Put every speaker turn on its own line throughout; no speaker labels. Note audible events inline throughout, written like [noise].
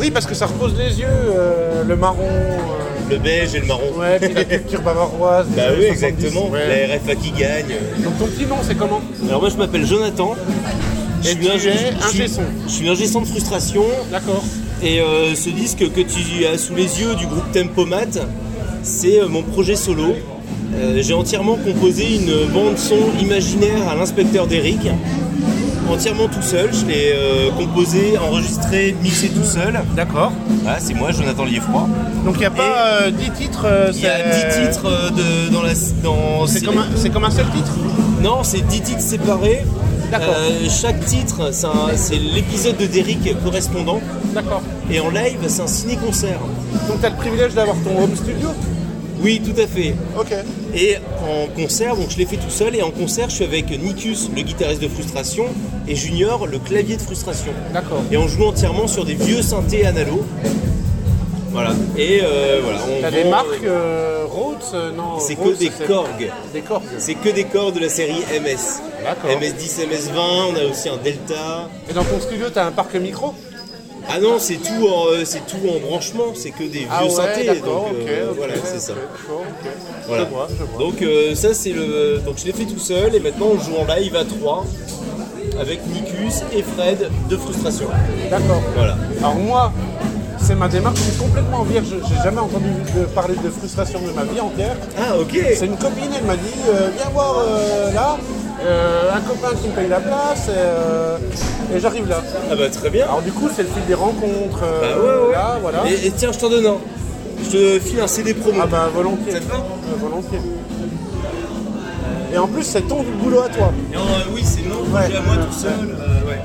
Oui, parce que ça repose les yeux, euh, le marron. euh,
Le beige et le marron.
Ouais, puis [laughs] les cultures bavaroises. des
Bah
années
oui,
70,
exactement.
ouais.
La RFA qui gagne.
Donc ton petit nom, c'est comment
Alors moi, je m'appelle Jonathan. Je
Et
suis
tu
ingé-
es
je suis-
ingé son.
Je suis ingé son de frustration.
D'accord.
Et euh, ce disque que tu as sous les yeux du groupe Tempomat, c'est euh, mon projet solo. Euh, J'ai entièrement composé une bande son imaginaire à l'inspecteur Derrick, entièrement tout seul. Je l'ai euh, composé, enregistré, mixé tout seul.
D'accord.
Voilà, c'est moi, Jonathan Lieffroy.
Donc il n'y a pas euh, 10 titres. euh,
Il y a
c'est-
10 titres euh, de- dans la. Dans
C'est comme, un- c'est comme un seul titre
Non, c'est 10 titres séparés.
D'accord.
Euh, chaque titre, c'est un- c'est l'épisode de Derrick correspondant.
D'accord.
Et en live, c'est un ciné-concert.
Donc t'as le privilège d'avoir ton home studio
Oui, tout à fait.
Ok.
Et en concert, donc je l'ai fait tout seul. Et en concert, je suis avec Nikus, le guitariste de Frustration, et Junior, le clavier de Frustration.
D'accord.
Et on joue entièrement sur des vieux synthés analo. Voilà. Et euh, voilà. on
T'as des
vend-
marques euh, Rhodes euh, Non.
C'est que
Rhodes,
des Korg.
Des Korg.
C'est que des cordes de la série MS.
D'accord.
MS10, MS20, on a aussi un Delta.
Et dans ton studio, t'as un parc micro
Ah non, c'est tout, en, euh, c'est tout en branchement, c'est que des vieux synthés. Donc
Ah d'accord, ok,
euh,
ok,
voilà,
ok,
c'est ça.
d'accord, ok.
Voilà.
Je vois, je vois.
Donc euh, ça c'est le. Donc je l'ai fait tout seul et maintenant on joue en live à 3 avec Nikus et Fred de frustration.
D'accord.
Voilà.
Alors moi, c'est ma démarche, je suis complètement vierge, j'ai jamais entendu de- parler de frustration de ma vie entière.
Ah ok
C'est une copine, elle m'a dit, euh, viens voir euh, là, euh, un copain qui me paye la place, et, euh, et j'arrive là.
Ah bah très bien.
Alors du coup, c'est le fil des rencontres,
Bah,
euh,
ouais, ouais.
là, voilà.
Et, et tiens, je t'en donne un. Je te file un CD promo.
Ah bah volontiers.
Ça te va
Euh, volontiers. Et en plus, c'est ton boulot à toi.
Non, euh, oui, c'est mon
Ouais.
projet à moi tout seul. euh, ouais.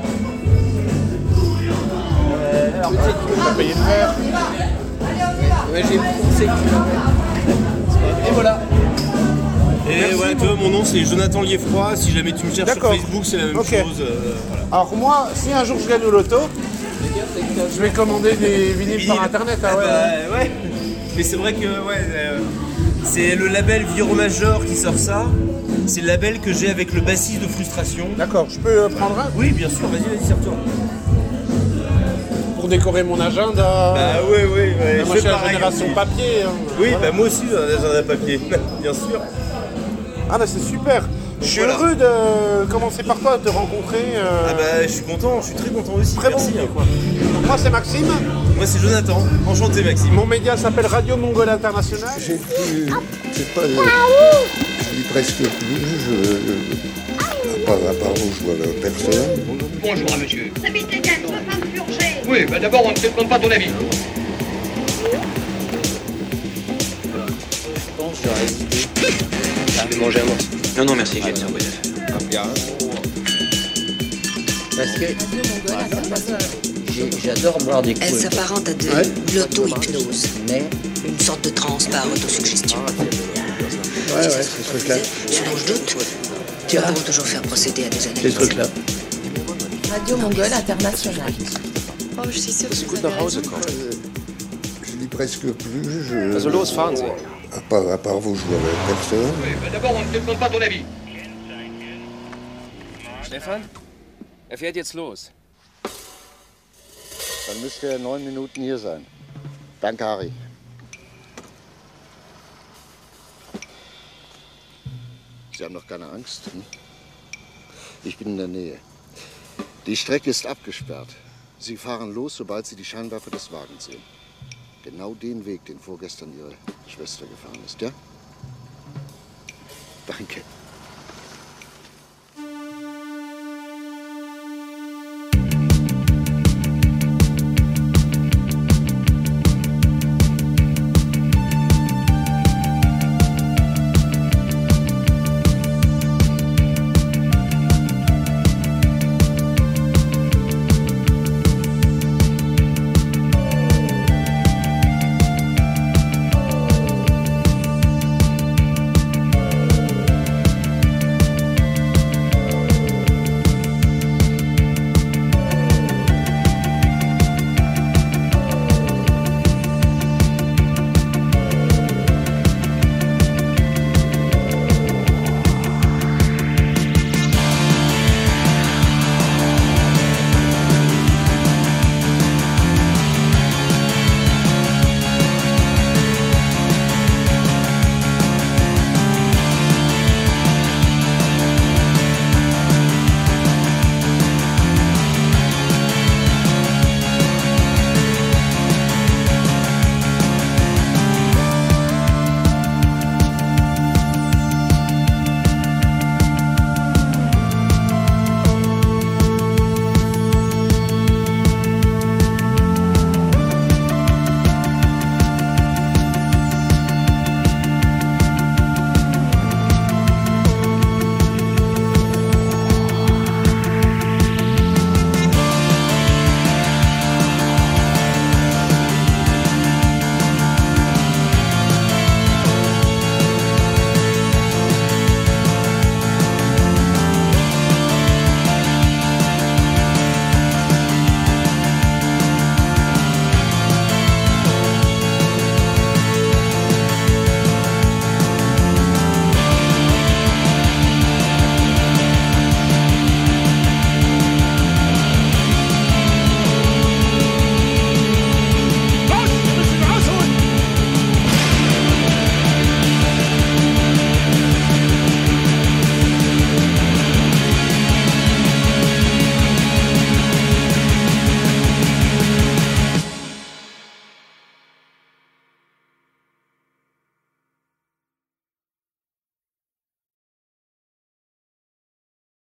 Euh, Alors peut-être que tu peux pas payer le verre.
Ouais, j'ai pensé que- Et voilà.
Et
Merci,
voilà, tu vois, mon nom c'est Jonathan Lieffroy. Si jamais tu me cherches sur
D'accord.
Facebook, c'est la même
Ok.
chose. euh, voilà.
Alors moi, si un jour je gagne au loto, je vais commander des vinyles par internet. ah
Ah
ouais, ouais.
bah, ouais. Mais c'est vrai que ouais, euh, c'est le label Viro Major qui sort ça. C'est le label que j'ai avec le bassiste de Frustration.
D'accord, je peux euh, prendre un
Oui, bien sûr, vas-y, vas-y, serre-toi.
pour décorer mon agenda.
Bah ouais, ouais, ouais.
Bah, moi, je
fais
suis la
pareil
génération
aussi.
papier. hein.
Oui,
Voilà.
bah moi aussi, j'ai un agenda papier, [laughs] bien sûr.
Ah bah c'est super. Je suis
voilà.
heureux de commencer par toi, de te rencontrer. euh,
Ah bah, je suis content, je suis très content aussi.
très bon
merci. hein.
idée, quoi. Donc, Moi c'est Maxime.
Moi, c'est Jonathan. Enchanté, Maxime.
Mon média s'appelle Radio Mongol International.
J'ai plus, j'ai pas, je lis presque plus, je, à part, à part où je vois la personne.
Bonjour à monsieur.
Habitez qu'à trois femmes purgées.
Oui, bah d'abord, on ne te demande pas ton avis.
Je vais manger un morceau. Non, non, merci, j'ai bien bonne
Parce que j'ai- j'adore boire des
Elle
coups.
s'apparente à de l'auto-hypnose,
Mais
une sorte de transe par autosuggestion.
Ouais, ouais, ce truc-là.
Cela, je doute,
tu
nous
as
pourrons toujours faire procéder à des
ces
analyses.
trucs-là.
Radio Mongole International.
Oh, je suis sûre que vous
Gut
avez
nach
raison.
Hause kommen.
Je lis presque plus, je,
Also los, fahren Sie.
à part, à part où je vois la personne.
Oui, bah d'abord, on ne te demande pas ton avis.
Stefan? Er fährt jetzt los.
Dann müsste er in neun Minuten hier sein. Danke, Harry. Sie haben doch keine Angst. Hm? Ich bin in der Nähe. Die Strecke ist abgesperrt. Sie fahren los, sobald Sie die Scheinwerfer des Wagens sehen. Genau den Weg, den vorgestern Ihre Schwester gefahren ist, ja? Danke.